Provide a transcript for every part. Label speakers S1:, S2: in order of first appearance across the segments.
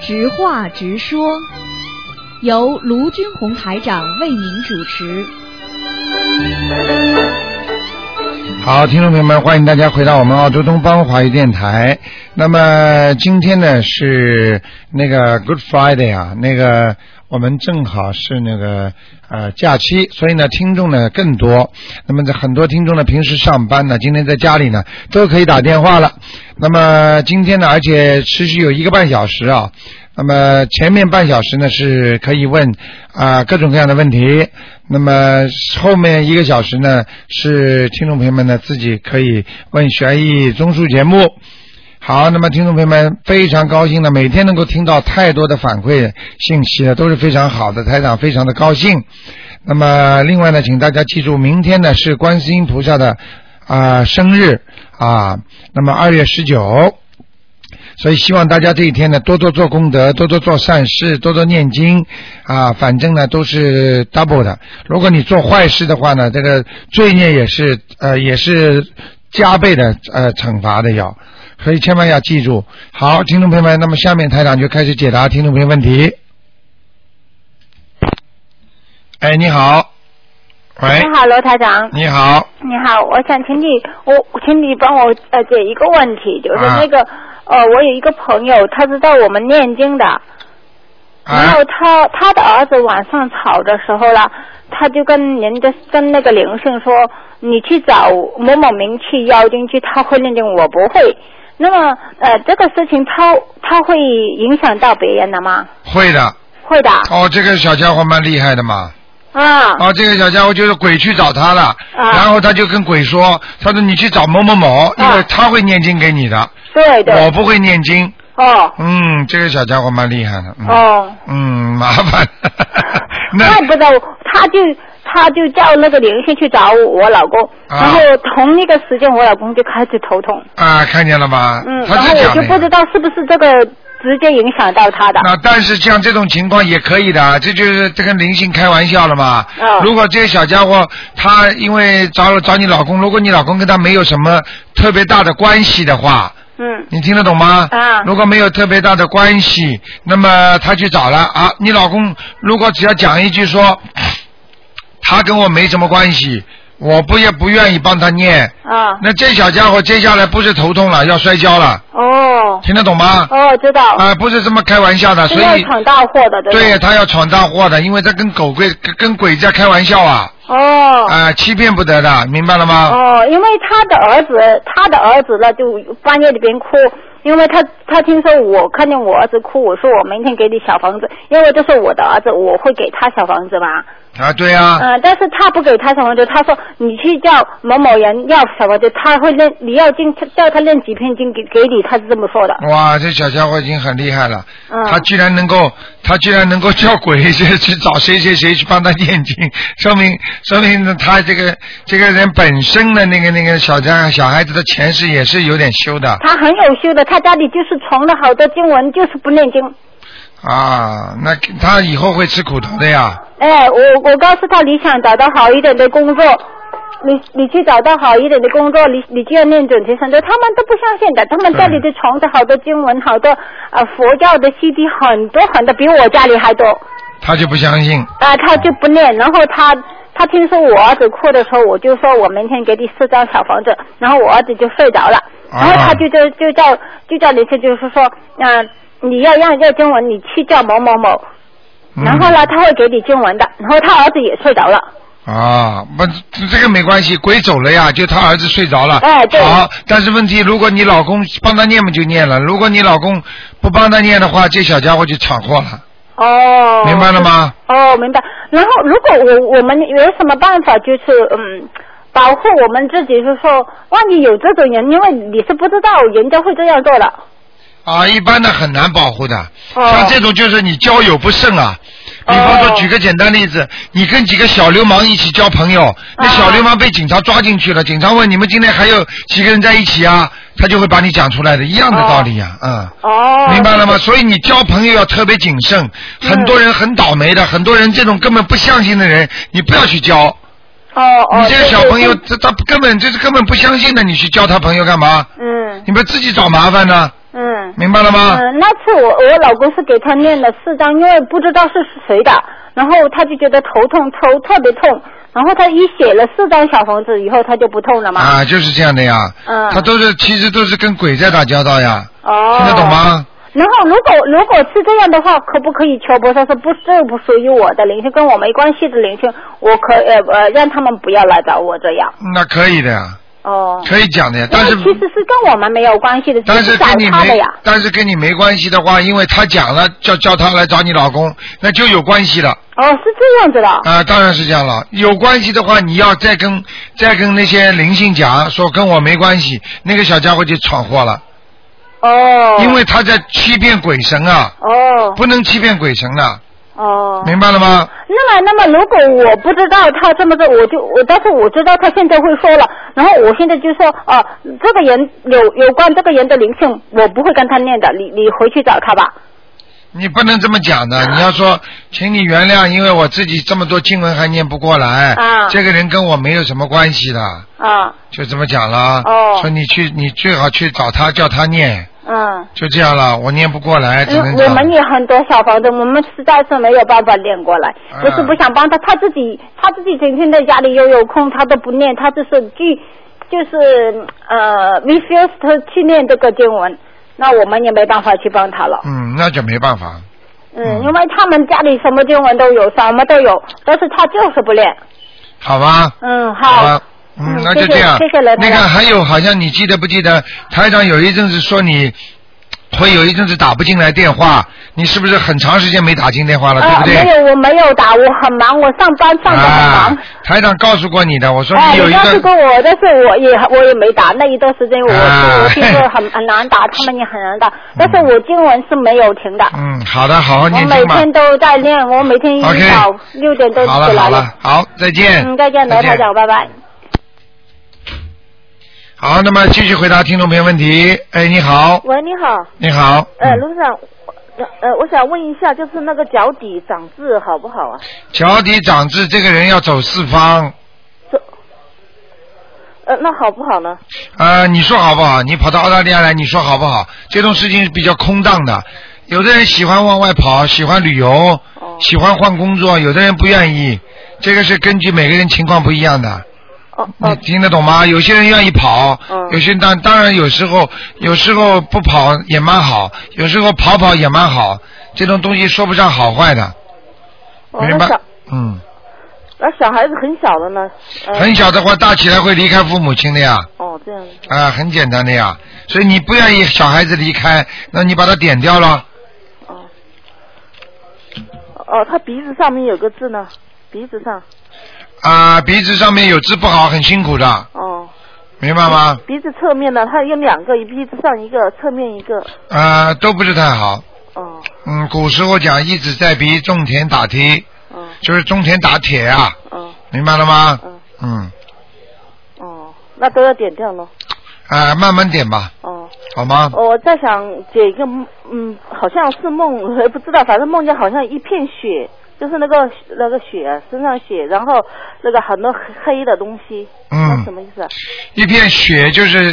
S1: 直话直说，由卢军红台长为您主持。
S2: 好，听众朋友们，欢迎大家回到我们澳洲东方华语电台。那么今天呢是那个 Good Friday 啊，那个我们正好是那个呃假期，所以呢听众呢更多。那么这很多听众呢平时上班呢，今天在家里呢都可以打电话了。那么今天呢，而且持续有一个半小时啊。那么前面半小时呢是可以问啊、各种各样的问题，那么后面一个小时呢是听众朋友们呢自己可以问悬疑综述节目。好，那么听众朋友们非常高兴呢，每天能够听到太多的反馈信息了，都是非常好的，台长非常的高兴。那么另外呢，请大家记住，明天呢是观世音菩萨的啊、生日啊，那么二月十九。所以希望大家这一天呢，多多做功德，多多做善事，多多念经啊，反正呢都是 double 的。如果你做坏事的话呢，这个罪孽也是呃也是加倍的呃惩罚的要，所以千万要记住。好，听众朋友们，那么下面台长就开始解答听众朋友问题。哎，你好，喂哎
S3: 你，好，罗台长。
S2: 你好，
S3: 你好，我想请你，我请你帮我呃解一个问题，就是
S2: 啊
S3: 那个、呃，我有一个朋友，他知道我们念经的，然
S2: 啊
S3: 后他他的儿子晚上吵的时候啦，他就跟人家跟那个灵性说，你去找某某名去妖精去，他会认定我不会。那么呃，这个事情他他会影响到别人的吗？
S2: 会的。
S3: 会的
S2: 哦，这个小家伙蛮厉害的嘛。
S3: 啊
S2: 哦，这个小家伙就是鬼去找他了，然后他就跟鬼说，他说你去找某某
S3: 啊
S2: 某，因为他会念经给你的，
S3: 对对
S2: 我不会念经。
S3: 哦
S2: 嗯，这个小家伙蛮厉害的，嗯，
S3: 哦，
S2: 嗯麻烦。 那
S3: 怪不得他就他就叫那个灵性去找我老公，
S2: 啊
S3: 然后同一个时间我老公就开始头痛，
S2: 啊，看见了吗？
S3: 嗯，
S2: 他
S3: 然后
S2: 是
S3: 我
S2: 讲
S3: 就不
S2: 的
S3: 知
S2: 呀。
S3: 道是不是这个直接影响到他的，
S2: 那但是像这种情况也可以的，这就是这跟灵性开玩笑了嘛。
S3: 嗯
S2: 如果这个小家伙他因为找找你老公，如果你老公跟他没有什么特别大的关系的话，
S3: 嗯
S2: 你听得懂吗？
S3: 啊
S2: 如果没有特别大的关系，那么他去找了啊。你老公如果只要讲一句说，他跟我没什么关系，我不也不愿意帮他念，
S3: 啊，
S2: 那这小家伙接下来不是头痛了，要摔跤了，
S3: 哦
S2: 听得懂吗？
S3: 哦，知道，
S2: 啊，不是这么开玩笑的，
S3: 是
S2: 所
S3: 要
S2: 以
S3: 闯大祸的，对
S2: 对
S3: 吧？
S2: 他要闯大祸的，因为他跟狗鬼跟跟鬼在开玩笑啊，
S3: 哦。
S2: 啊，欺骗不得的，明白了吗？
S3: 哦，因为他的儿子，他的儿子呢，就半夜里边哭，因为他他听说我看见我儿子哭，我说我明天给你小房子，因为这是我的儿子，我会给他小房子嘛。
S2: 啊，对啊。
S3: 嗯、但是他不给他小房子，他说你去叫某某人要小房子，他会认你要进叫他认几篇经给给你，他是这么说的。
S2: 哇，这小家伙已经很厉害了，
S3: 嗯
S2: 他居然能够，他居然能够叫鬼 去去找谁谁谁去帮他念经，说明说明他这个这个人本身的那个那个小家小孩子的前世也是有点修的
S3: 他很有修的，他家里就是存了好多经文，就是不念经。
S2: 啊，那他以后会吃苦头的呀。
S3: 哎，我我告诉他，你想找到好一点的工作，你你去找到好一点的工作，你你就要念准提神咒，他们都不相信的，他们家里就藏着好多经文，好多呃佛教的 CD 很多很多，比我家里还多，
S2: 他就不相信，
S3: 啊、他就不念，然后他。他听说我儿子哭的时候，我就说我明天给你四张小房子，然后我儿子就睡着了，然
S2: 啊
S3: 后他就就就叫就叫你去，就是说，嗯、你要让要经文，你去叫某某某，
S2: 嗯
S3: 然后呢，他会给你经文的，然后他儿子也睡着了。
S2: 啊，不，这个没关系，鬼走了呀，就他儿子睡着了。
S3: 哎对
S2: 好，但是问题，如果你老公帮他念嘛就念了，如果你老公不帮他念的话，这小家伙就闯祸了，
S3: 哦，
S2: 明白了？吗？
S3: 哦，明白。然后，如果我我们有什么办法，就是嗯，保护我们自己，就是说，万一有这种人，因为你是不知道人家会这样做的。
S2: 啊，一般的很难保护的，
S3: 哦
S2: 像这种就是你交友不慎啊，比方说，举个简单例子，你跟几个小流氓一起交朋友，那
S3: 啊
S2: 小流氓被警察抓进去了，警察问你们今天还有几个人在一起啊？他就会把你讲出来的，一样的道理呀、啊，
S3: 哦嗯
S2: 嗯，明白了吗？所以你交朋友要特别谨慎，很多人很倒霉的，很多人这种根本不相信的人，你不要去交。
S3: 哦哦，
S2: 你这个
S3: 对
S2: 小
S3: 对
S2: 朋友，
S3: 对
S2: 这他根本这是根本不相信的，你去交他朋友干嘛？
S3: 嗯
S2: 你不自己找麻烦呢、
S3: 嗯。
S2: 明白了吗？
S3: 嗯，那次我我老公是给他念了四张，因为不知道是谁的，然后他就觉得头痛，头特别痛，然后他一写了四张小房子以后，他就不痛了嘛。
S2: 啊，就是这样的呀。
S3: 嗯
S2: 他都是其实都是跟鬼在打交道呀，
S3: 哦。
S2: 听得懂？吗？
S3: 然后如果如果是这样的话，可不可以求菩萨说不这不属于我的灵性，跟我没关系的灵性，我可呃呃让他们不要来找我这样。
S2: 那可以的呀，
S3: 哦。
S2: 可以讲的呀。
S3: 因
S2: 但
S3: 为
S2: 是
S3: 其实是跟我们没有关系的，
S2: 但
S3: 是
S2: 是
S3: 找
S2: 跟你
S3: 他的
S2: 没
S3: 呀。
S2: 但是跟你没关系的话，因为他讲了叫叫他来找你老公，那就有关系了。
S3: 哦，是这样子的。
S2: 啊，当然是这样了。有关系的话，你要再跟再跟那些灵性讲，说跟我没关系，那个小家伙就闯祸了，
S3: 哦。
S2: 因为他在欺骗鬼神啊，
S3: 哦
S2: 不能欺骗鬼神了，
S3: 哦。
S2: 明白了吗？
S3: 那么，那么，如果我不知道他这么做，我就我，但是我知道他现在会说了，然后我现在就说，哦、这个人有有关这个人的灵性，我不会跟他念的，你你回去找他吧。
S2: 你不能这么讲
S3: 啊
S2: 的，你要说，请你原谅，因为我自己这么多经文还念不过来，
S3: 啊
S2: 这个人跟我没有什么关系的，
S3: 啊，
S2: 就这么讲了。
S3: 哦
S2: 说你去，你最好去找他，叫他念，
S3: 嗯，
S2: 就这样了。我念不过来，只
S3: 因
S2: 能
S3: 为
S2: 这
S3: 嗯我
S2: 样。
S3: 们也很多小房子，我们实在是没有办法念过来，
S2: 啊
S3: 不是不想帮他，他自己他自己整天在家里又有空，他都不念，他就是拒，就是呃 refuse to 去念这个经文，那我们也没办法去帮他了。
S2: 嗯，那就没办法。嗯
S3: 嗯，因为他们家里什么经文都有，什么都有，但是他就是不练。
S2: 好吧。
S3: 嗯，
S2: 好
S3: 好
S2: 吧。。嗯，
S3: 嗯
S2: 那
S3: 谢
S2: 就
S3: 谢
S2: 这样。
S3: 谢谢雷
S2: 那
S3: 台
S2: 个
S3: 长
S2: 还有，好像你记得不记得，台长有一阵子说你会有一阵子打不进来电话，你是不是很长时间没打进电话了，对
S3: 啊，
S2: 不对？
S3: 没有，我没有打，我很忙，我上班上的很忙
S2: 啊。，台长告诉过你的，啊我说
S3: 哎，
S2: 你有
S3: 你
S2: 一
S3: 告诉
S2: 个
S3: 过我，但是我也我也没打。那一段时间我，我、
S2: 啊
S3: 我听说很很难打，他们也很难打，但是我经文是没有停的。
S2: 嗯，好的，好好
S3: 我
S2: 念
S3: 每
S2: 经吧。
S3: 天都在练，我每天一
S2: OK
S3: 早六点都
S2: 好了
S3: 起来
S2: 好了，好，再见。
S3: 嗯，再见，罗台长，拜拜。
S2: 好，那么继续回答听众朋友问题。哎，你好，
S4: 喂，你好，
S2: 你好。
S4: 呃，
S2: 嗯
S4: 卢长，呃呃，我想问一下，就是那个脚底长痣好不好啊？
S2: 脚底长痣，这个人要走四方。
S4: 呃，那好不好呢？
S2: 呃，你说好不好？你跑到澳大利亚来，你说好不好？这种事情是比较空荡的。有的人喜欢往外跑，喜欢旅游，
S4: 哦
S2: 喜欢换工作；有的人不愿意，这个是根据每个人情况不一样的。
S4: 哦
S2: 你
S4: 哦
S2: 听得懂吗？有些人愿意跑，
S4: 嗯
S2: 有些人当当然有时候有时候不跑也蛮好，有时候跑跑也蛮好，这种东西说不上好坏的，
S4: 哦，
S2: 明
S4: 那
S2: 白
S4: 小？
S2: 嗯，
S4: 那小孩子很小的呢？呃、
S2: 很小的话大起来会离开父母亲的呀，
S4: 哦这样子。
S2: 啊、很简单的呀，所以你不愿意小孩子离开，那你把他点掉了，
S4: 哦哦，他鼻子上面有个痣呢，鼻子上
S2: 啊、鼻子上面有痣不好，很辛苦的，
S4: 哦，
S2: 明白吗？
S4: 鼻子侧面呢，它有两个，鼻子上一个，侧面一个。
S2: 啊、都不是太好。
S4: 哦
S2: 嗯，古时候讲一子在鼻，种田打铁，
S4: 哦
S2: 就是种田打铁啊，
S4: 哦
S2: 明白了吗？
S4: 嗯
S2: 嗯。
S4: 哦，那都要点掉咯。
S2: 啊、慢慢点吧，
S4: 哦，
S2: 好吗？
S4: 我在想解一个梦，嗯，好像是梦，不知道，反正梦见好像一片雪，就是那个那个雪，身上雪，然后那个很多黑的东西，那什
S2: 嗯，
S4: 么意思啊？
S2: 一片雪就是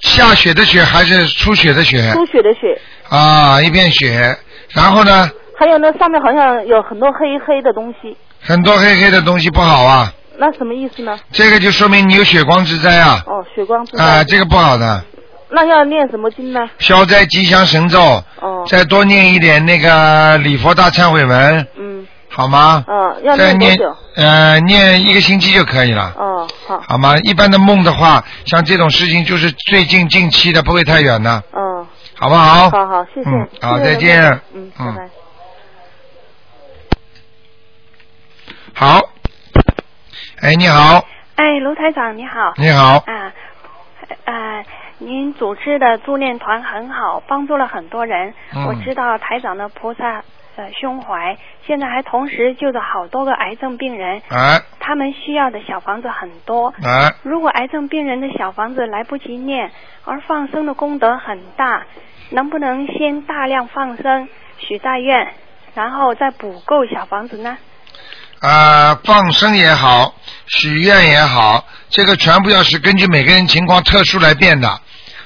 S2: 下雪的雪还是出雪的雪
S4: 出血的血，
S2: 啊？一片雪，然后呢，
S4: 还有那上面好像有很多黑黑的东西，
S2: 很多黑黑的东西不好啊，
S4: 那什么意思呢？
S2: 这个就说明你有血光之灾啊
S4: 哦，血光之灾。
S2: 啊，这个不好的，
S4: 那要念什么经呢？
S2: 消灾吉祥神咒，
S4: 哦，
S2: 再多念一点那个礼佛大忏悔文，
S4: 嗯，
S2: 好吗？
S4: 啊，要
S2: 再
S4: 念多
S2: 念
S4: 久？
S2: 呃念一个星期就可以了。
S4: 哦，好，
S2: 好吗？一般的梦的话，像这种事情就是最近近期的，不会太远的。
S4: 嗯，
S2: 好不好？
S4: 好好，谢谢
S2: 嗯，，好，
S4: 谢谢
S2: 再见。
S4: 嗯，拜
S2: 嗯
S4: 拜。
S2: 好。哎，你好，
S5: 哎，卢台长你好
S2: 你好，
S5: 啊，呃，您组织的助念团很好，帮助了很多人。
S2: 嗯
S5: 我知道台长的菩萨呃胸怀，现在还同时救着好多个癌症病人，
S2: 啊
S5: 他们需要的小房子很多。
S2: 啊，
S5: 如果癌症病人的小房子来不及念，而放生的功德很大，能不能先大量放生，许大愿，然后再补够小房子呢？
S2: 啊，放生也好，许愿也好，这个全部要是根据每个人情况特殊来变的。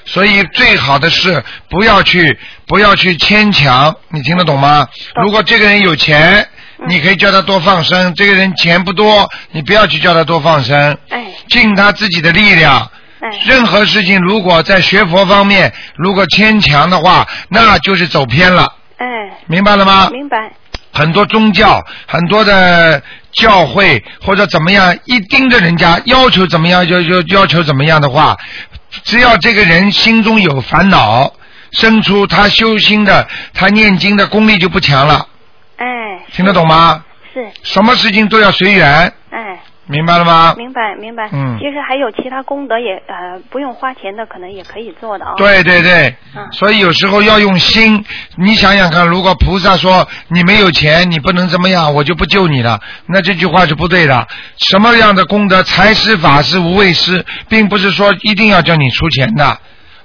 S2: 所以最好的是不要去不要去牵强，你听得懂吗？
S4: 哦
S5: 懂
S2: 如果这个人有钱，
S4: 嗯
S2: 你可以叫他多放生；这个人钱不多，你不要去叫他多放生，
S5: 哎
S2: 尽他自己的力量。
S5: 哎，
S2: 任何事情如果在学佛方面如果牵强的话，那就是走偏了，
S5: 哎，
S2: 明白了吗？
S5: 明白。
S2: 很多宗教、很多的教会或者怎么样，一盯着人家要求怎么样，要要要求怎么样的话，只要这个人心中有烦恼，生出他修心的、他念经的功力就不强了，
S5: 哎，
S2: 听得懂吗？
S5: 是，
S2: 什么事情都要随缘，
S5: 哎，
S2: 明白了吗？
S5: 明白明白。
S2: 嗯
S5: 其实还有其他功德也呃不用花钱的，可能也可以做的啊、
S2: 对对对，
S5: 嗯
S2: 所以有时候要用心。你想想看，如果菩萨说你没有钱，你不能怎么样，我就不救你了，那这句话是不对的。什么样的功德，财施、法施、无畏施，并不是说一定要叫你出钱的。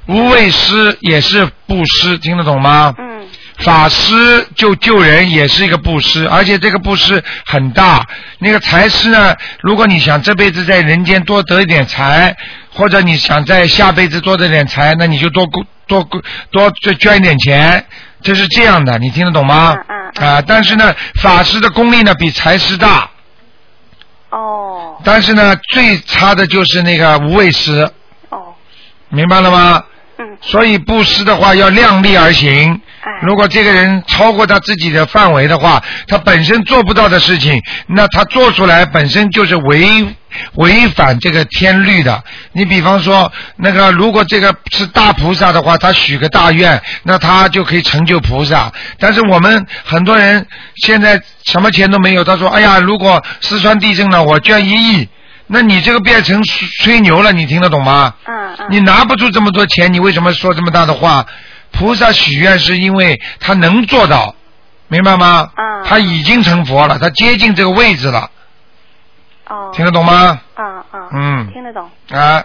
S2: 无畏施也是布施，听得懂吗？
S5: 嗯
S2: 法师就救人也是一个布施，而且这个布施很大。那个财师呢，如果你想这辈子在人间多得一点财，或者你想在下辈子多得点财，那你就多供多供多就捐一点钱，这是这样的，你听得懂吗？
S5: 嗯嗯嗯
S2: 啊，但是呢，法师的功力呢比财师大，
S5: 哦
S2: 但是呢，最差的就是那个无畏师，
S5: 哦
S2: 明白了吗？
S5: 嗯
S2: 所以布施的话要量力而行。
S5: 哎
S2: 如果这个人超过他自己的范围的话，他本身做不到的事情，那他做出来本身就是违违反这个天律的。你比方说，那个如果这个是大菩萨的话，他许个大愿，那他就可以成就菩萨。但是我们很多人现在什么钱都没有，他说：“哎呀，如果四川地震了，我捐一亿。”那你这个变成吹吹牛了，你听得懂吗？
S5: 嗯嗯
S2: 你拿不出这么多钱，你为什么说这么大的话？菩萨许愿是因为他能做到，明白吗？
S5: 嗯
S2: 他已经成佛了，他接近这个位置了，
S5: 哦
S2: 听得懂吗？
S5: 啊啊
S2: 嗯
S5: 听得懂。
S2: 啊，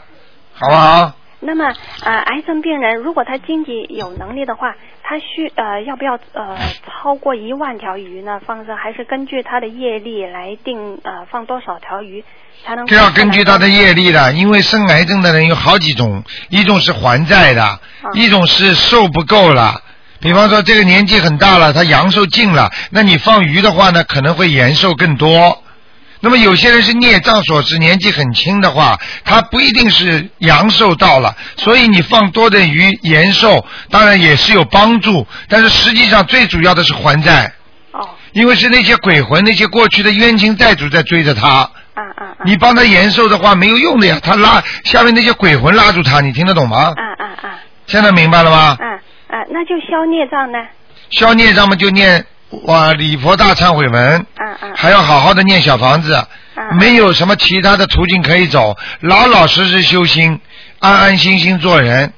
S2: 好不好？
S5: 那么呃，癌症病人如果他经济有能力的话，他需呃要不要呃超过一万条鱼呢放生，还是根据他的业力来定呃放多少条鱼才能？
S2: 这要根据他的。业力的，因为生癌症的人有好几种，一种是还债的，一种是寿不够了。比方说，这个年纪很大了，他阳寿尽了，那你放鱼的话呢，可能会延寿更多。那么有些人是孽障所致，年纪很轻的话，他不一定是阳寿到了，所以你放多的鱼延寿，当然也是有帮助，但是实际上最主要的是还债，
S5: 哦
S2: 因为是那些鬼魂、那些过去的冤亲债主在追着他。
S5: 啊啊啊！
S2: 你帮他延寿的话没有用的呀，他拉下面那些鬼魂拉住他，你听得懂吗？
S5: 啊啊啊
S2: 现在明白了吗？
S5: 啊啊！那就消孽障呢？
S2: 消孽障嘛就念哇礼佛大忏悔文，
S5: 啊啊
S2: 还要好好的念小房子，
S5: 啊！
S2: 没有什么其他的途径可以走，老老实实修心，安安心心做人，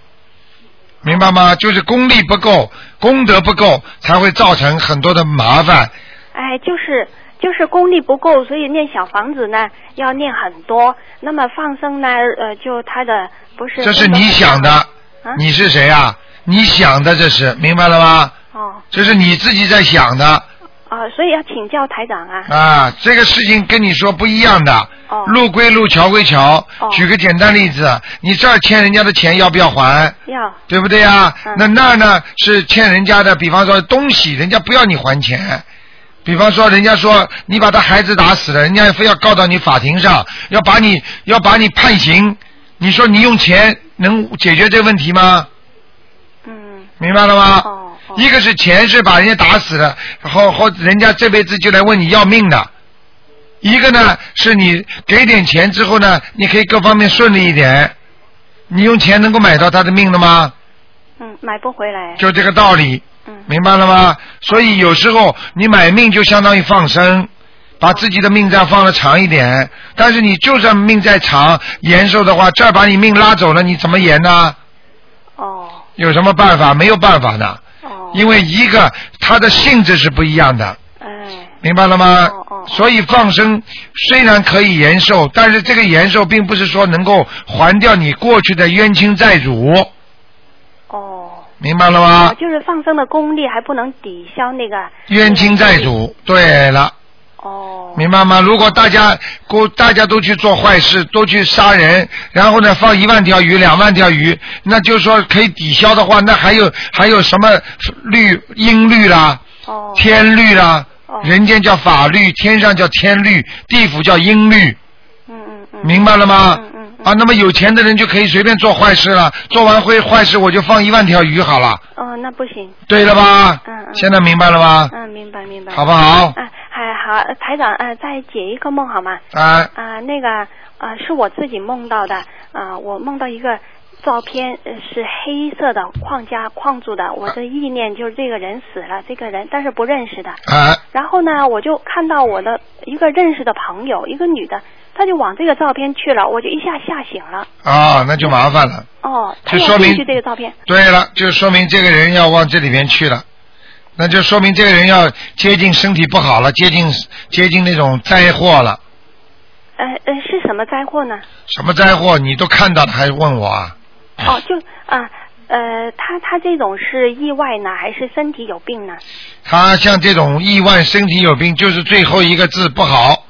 S2: 明白吗？就是功力不够，功德不够，才会造成很多的麻烦。
S5: 哎，就是就是功力不够，所以念小房子呢要念很多。那么放生呢，呃，就他的不是
S2: 这是你想的，
S5: 啊？
S2: 你是谁啊？你想的这是明白了吗？
S5: 哦
S2: 这是你自己在想的。
S5: 啊、所以要请教台长啊。
S2: 啊，这个事情跟你说不一样的。
S5: 哦
S2: 路归路，桥归桥。
S5: 哦
S2: 举个简单例子，你这儿欠人家的钱要不要还？
S5: 要
S2: 对不对呀、
S5: 嗯
S2: 那那儿呢是欠人家的，比方说东西，人家不要你还钱。比方说，人家说你把他孩子打死了，人家非要告到你法庭上，要把你要把你判刑。你说你用钱能解决这个问题吗？
S5: 嗯
S2: 明白了吗？
S5: 哦哦
S2: 一个是钱是把人家打死了，然后后人家这辈子就来问你要命的；一个呢是你给点钱之后呢，你可以各方面顺利一点。你用钱能够买到他的命的吗？
S5: 嗯，买不回来。
S2: 就这个道理，
S5: 嗯
S2: 明白了吗？所以有时候你买命就相当于放生，把自己的命债放的长一点。但是你就算命再长延寿的话，这儿把你命拉走了，你怎么延呢？
S5: 哦
S2: 有什么办法？没有办法的。
S5: 哦。
S2: 因为一个它的性质是不一样的，
S5: 哎，
S2: 明白了吗
S5: 哦哦？
S2: 所以放生虽然可以延寿，但是这个延寿并不是说能够还掉你过去的冤亲债主，
S5: 哦，
S2: 明白了
S5: 哦
S2: 吗？
S5: 就是放生的功力还不能抵消那个
S2: 冤亲债主，对了。
S5: 哦，
S2: 明白吗？如果大家过大家都去做坏事，都去杀人，然后呢放一万条鱼、两万条鱼，那就是说可以抵消的话，那还有还有什么律音律啦、
S5: 哦，
S2: 天律啦
S5: 哦，
S2: 人间叫法律，天上叫天律，地府叫音律，
S5: 嗯嗯嗯，
S2: 明白了吗
S5: 嗯嗯？嗯
S2: 啊，那么有钱的人就可以随便做坏事了，做完坏坏事我就放一万条鱼好了，
S5: 哦，那不行，
S2: 对了吧？
S5: 嗯嗯
S2: 现在明白了吧？
S5: 嗯，明白明白，
S2: 啊好不好？
S5: 啊，还好，呃台长，呃，再解一个梦好吗？
S2: 啊，
S5: 啊、那个，呃，是我自己梦到的，啊、我梦到一个照片呃是黑色的框架框住的，我的意念就是这个人死了，这个人但是不认识的。
S2: 啊，
S5: 然后呢，我就看到我的一个认识的朋友，一个女的，她就往这个照片去了，我就一下吓醒了。
S2: 啊，那就麻烦了。
S5: 哦，她
S2: 就说
S5: 要
S2: 明
S5: 进去这个照片。
S2: 对了，就说明这个人要往这里边去了，那就说明这个人要接近身体不好了，接近接近那种灾祸了。
S5: 呃呃，是什么灾祸呢？
S2: 什么灾祸你都看到了，还问我啊？
S5: 哦，就啊呃，她她这种是意外呢，还是身体有病呢？
S2: 他像这种意外、身体有病，就是最后一个字不好，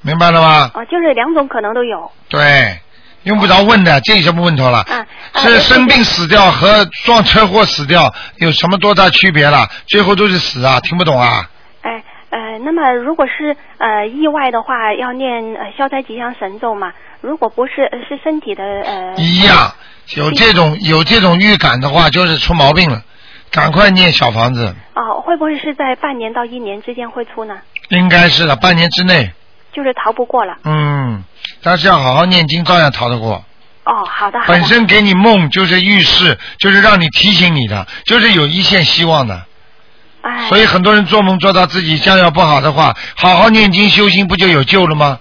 S2: 明白了吗？
S5: 哦，就是两种可能都有。
S2: 对，用不着问的，这有什么问头了？
S5: 啊，啊
S2: 是生病死掉和撞车祸死掉有什么多大区别了？最后都是死啊，听不懂啊？
S5: 哎呃，那么如果是呃意外的话，要念呃消灾吉祥神咒嘛。如果不是呃是身体的呃，
S2: 一样，有这种有这种预感的话，就是出毛病了，赶快念小房子，
S5: 哦，会不会是在半年到一年之间会出呢？
S2: 应该是的，半年之内，
S5: 就是逃不过了。
S2: 嗯，但是要好好念经，照样逃得过。
S5: 哦，好 的，好的
S2: 本。身给你梦就是预示，就是让你提醒你的，就是有一线希望的。
S5: 哎，
S2: 所以很多人做梦做到自己将要不好的话，好好念经修心不就有救了吗？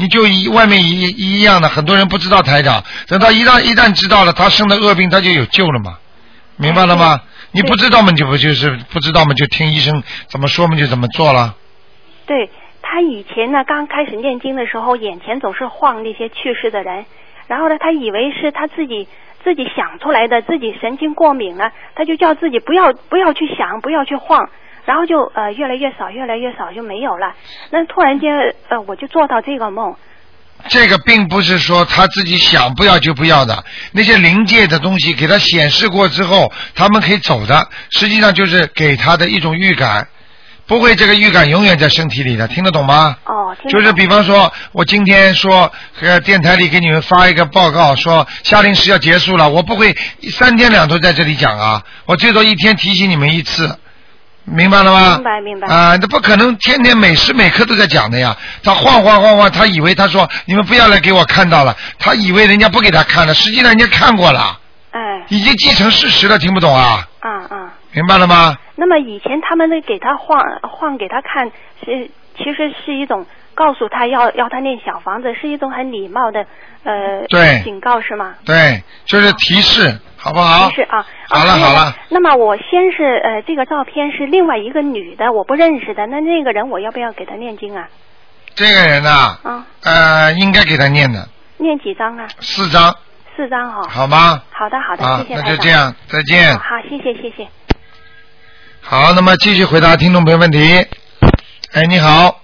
S2: 你就一外面一一样的，很多人不知道台长，等到一旦一旦知道了他生的恶病，他就有救了嘛，明白了吗？你不知道嘛，就不就是不知道嘛，就听医生怎么说嘛，就怎么做了。
S5: 对他以前呢，刚开始念经的时候，眼前总是晃那些去世的人，然后呢，他以为是他自己自己想出来的，自己神经过敏了，他就叫自己不要不要去想，不要去晃，然后就呃越来越少，越来越少就没有了。那突然间呃，我就做到这个梦，
S2: 这个并不是说他自己想不要就不要的，那些临界的东西给他显示过之后，他们可以走的，实际上就是给他的一种预感，不会这个预感永远在身体里的，听得懂吗？
S5: 哦，听
S2: 就是比方说，我今天说，呃，电台里给你们发一个报告，说夏令时要结束了，我不会三天两头在这里讲啊，我最多一天提醒你们一次，明白了吗？
S5: 明白明白
S2: 啊、那不可能天天每时每刻都在讲的呀。他晃晃晃晃，他以为他说你们不要来给我看到了，他以为人家不给他看了，实际上人家看过了，
S5: 哎
S2: 已经既成事实了，听不懂啊？
S5: 啊啊，
S2: 明白了吗？
S5: 那么以前他们那给他晃晃给他看是其实是一种。告诉他要要他念小房子是一种很礼貌的呃
S2: 对
S5: 警告是吗？
S2: 对，就是提示，好不好？
S5: 不是啊，
S2: 好了
S5: 啊
S2: 好了。。
S5: 那么我先是呃，这个照片是另外一个女的，我不认识的。那那个人我要不要给她念经啊？
S2: 这个人呐、
S5: 啊，
S2: 呃，应该给他念的
S5: 念几张啊？
S2: 四张，
S5: 四张哈、
S2: 好吗？
S5: 好的好的，
S2: 啊
S5: 谢，谢
S2: 那就
S5: 台长哦
S2: 这。样，再见。
S5: 好好，谢谢谢谢。
S2: 好，那么继续回答听众朋友问题。哎，你好。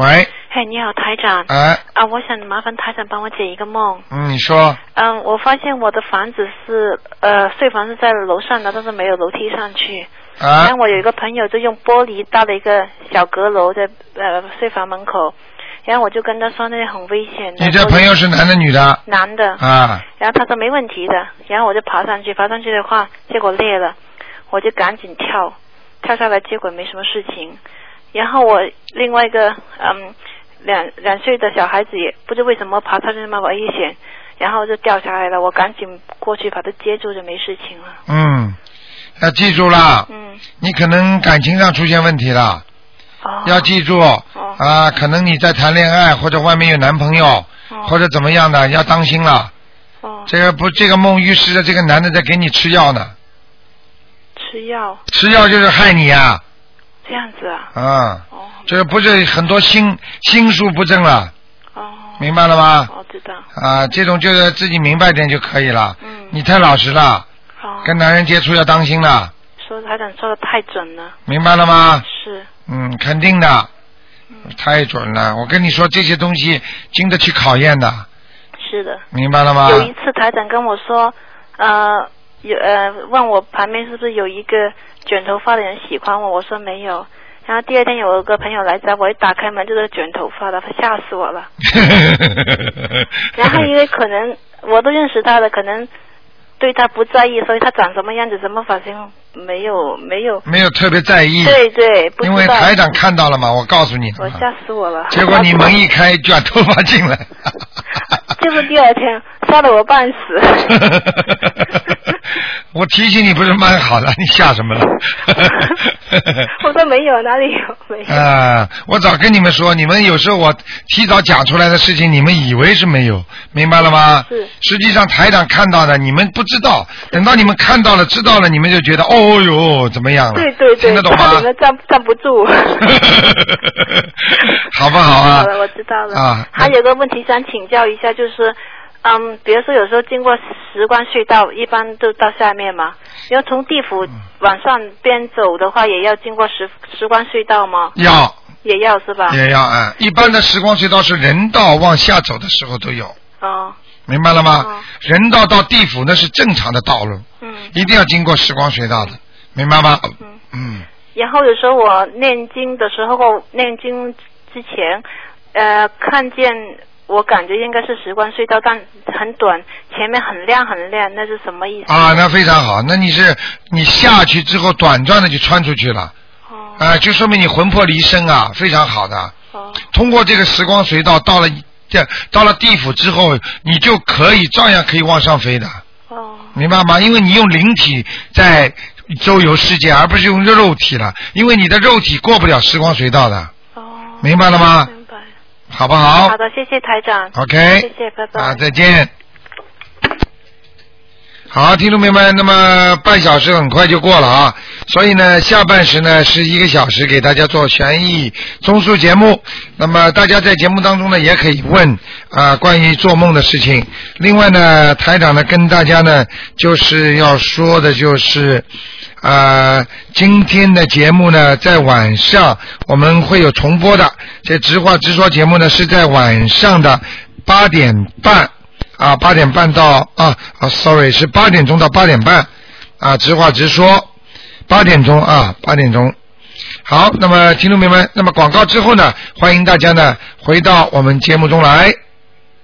S2: 喂，
S6: 嘿，你好，台长。
S2: 哎，
S6: 啊，我想麻烦台长帮我解一个梦。
S2: 嗯，你说，
S6: 嗯，我发现我的房子是呃睡房是在楼上的，但是没有楼梯上去。
S2: 啊
S6: 然后，我有一个朋友就用玻璃搭了一个小阁楼在呃睡房门口，然后我就跟他说那很危险的。
S2: 你这朋友是男的女的？
S6: 男的，
S2: 啊，
S6: 然后他说没问题的，然后我就爬上去，爬上去的话，结果裂了，我就赶紧跳，跳下来，结果没什么事情。然后我另外一个嗯两两岁的小孩子也不知为什么爬上去那么危险，然后就掉下来了，我赶紧过去把他接住，就没事情了。
S2: 嗯，要记住啦，
S6: 嗯，
S2: 你可能感情上出现问题了，
S6: 哦，
S2: 要记住啊，可能你在谈恋爱或者外面有男朋友或
S6: 哦
S2: 者怎么样的，要当心了。
S6: 哦
S2: 这个不，这个梦预示着这个男的在给你吃药呢，
S3: 吃药，
S2: 吃药就是害你呀、
S3: 这样子啊？
S2: 啊，
S3: 哦
S2: 这不是很多心心术不正了，
S3: 哦，
S2: 明白了吗？
S3: 我知道，
S2: 啊，这种就是自己明白点就可以了。
S3: 嗯，
S2: 你太老实了，
S3: 哦，
S2: 跟男人接触要当心了，
S3: 说台长说的太准了，
S2: 明白了吗？
S3: 是，
S2: 嗯，肯定的，太准了。我跟你说，这些东西经得起考验的，
S3: 是的。
S2: 明白了吗？
S3: 有一次台长跟我说，呃，有呃问我旁边是不是有一个卷头发的人喜欢我，我说没有。然后第二天有个朋友来找我，一打开门就是卷头发的，吓死我了。然后因为可能我都认识他了，可能对他不在意，所以他长什么样子、什么发型没有没有。
S2: 没有特别在意，
S3: 对对，不知
S2: 因
S3: 道。
S2: 为台长看到了嘛，我告诉你
S3: 我
S2: 了嘛。
S3: 吓死我了。
S2: 结 果你门一开，卷头发进来。
S3: 就是第二天吓得我半死。
S2: 我提醒你不是蛮好的，你 吓什么了？
S3: 我说没有，哪里有没有？
S2: 啊，我早跟你们说，你们有时候我提早讲出来的事情，你们以为是没有，明白了吗？
S3: 是。
S2: 实际上台长看到的，你们不知道，等到你们看到了、知道了，你们就觉得哦哟怎么样了？
S3: 对对对，
S2: 听得懂
S3: 差
S2: 吗
S3: 点？都站站不住。
S2: 好不好啊
S3: 好？了，我知道了。
S2: 啊
S3: 还有个问题想请教一下，就是，嗯，比如说有时候经过时光隧道，一般都到下面嘛，要从地府
S2: 嗯
S3: 往上边走的话，也要经过时时光隧道吗？
S2: 要
S3: 也要是吧？
S2: 也要啊！一般的时光隧道是人道往下走的时候都有，
S3: 哦，
S2: 明白了吗？
S3: 哦
S2: 人道到地府那是正常的道路，
S3: 嗯。
S2: 一定要经过时光隧道的，明白吗？
S3: 嗯
S2: 嗯
S3: 然后有时候我念经的时候，念经之前，呃，看见我感觉应该是时光隧道，但很短，前面很亮很亮，那是什么意思？
S2: 啊，那非常好，那你是你下去之后短暂的就穿出去了，啊、
S3: 哦
S2: 就说明你魂魄离身啊，非常好的。
S3: 哦
S2: 通过这个时光隧道到了这到了地府之后，你就可以照样可以往上飞的。
S3: 哦
S2: 明白吗？因为你用灵体在周游世界，而不是用肉体了，因为你的肉体过不了时光隧道的，
S3: 哦，
S2: 明白了吗？
S3: 明白。
S2: 好不好
S3: 好的，谢谢台长。
S2: ？OK，
S3: 谢谢，拜拜。
S2: 啊，再见。好，听众朋友们，那么半小时很快就过了啊，所以呢，下半时呢是一个小时给大家做悬疑综述节目。那么大家在节目当中呢，也可以问啊、关于做梦的事情。另外呢，台长呢跟大家呢就是要说的就是。啊，今天的节目呢，在晚上我们会有重播的。这直话直说节目呢，是在晚上的八点半啊，八点半到啊啊，sorry，是八点钟到八点半啊，直话直说，八点钟啊，八点钟。好，那么听众朋友们，那么广告之后呢，欢迎大家呢回到我们节目中来。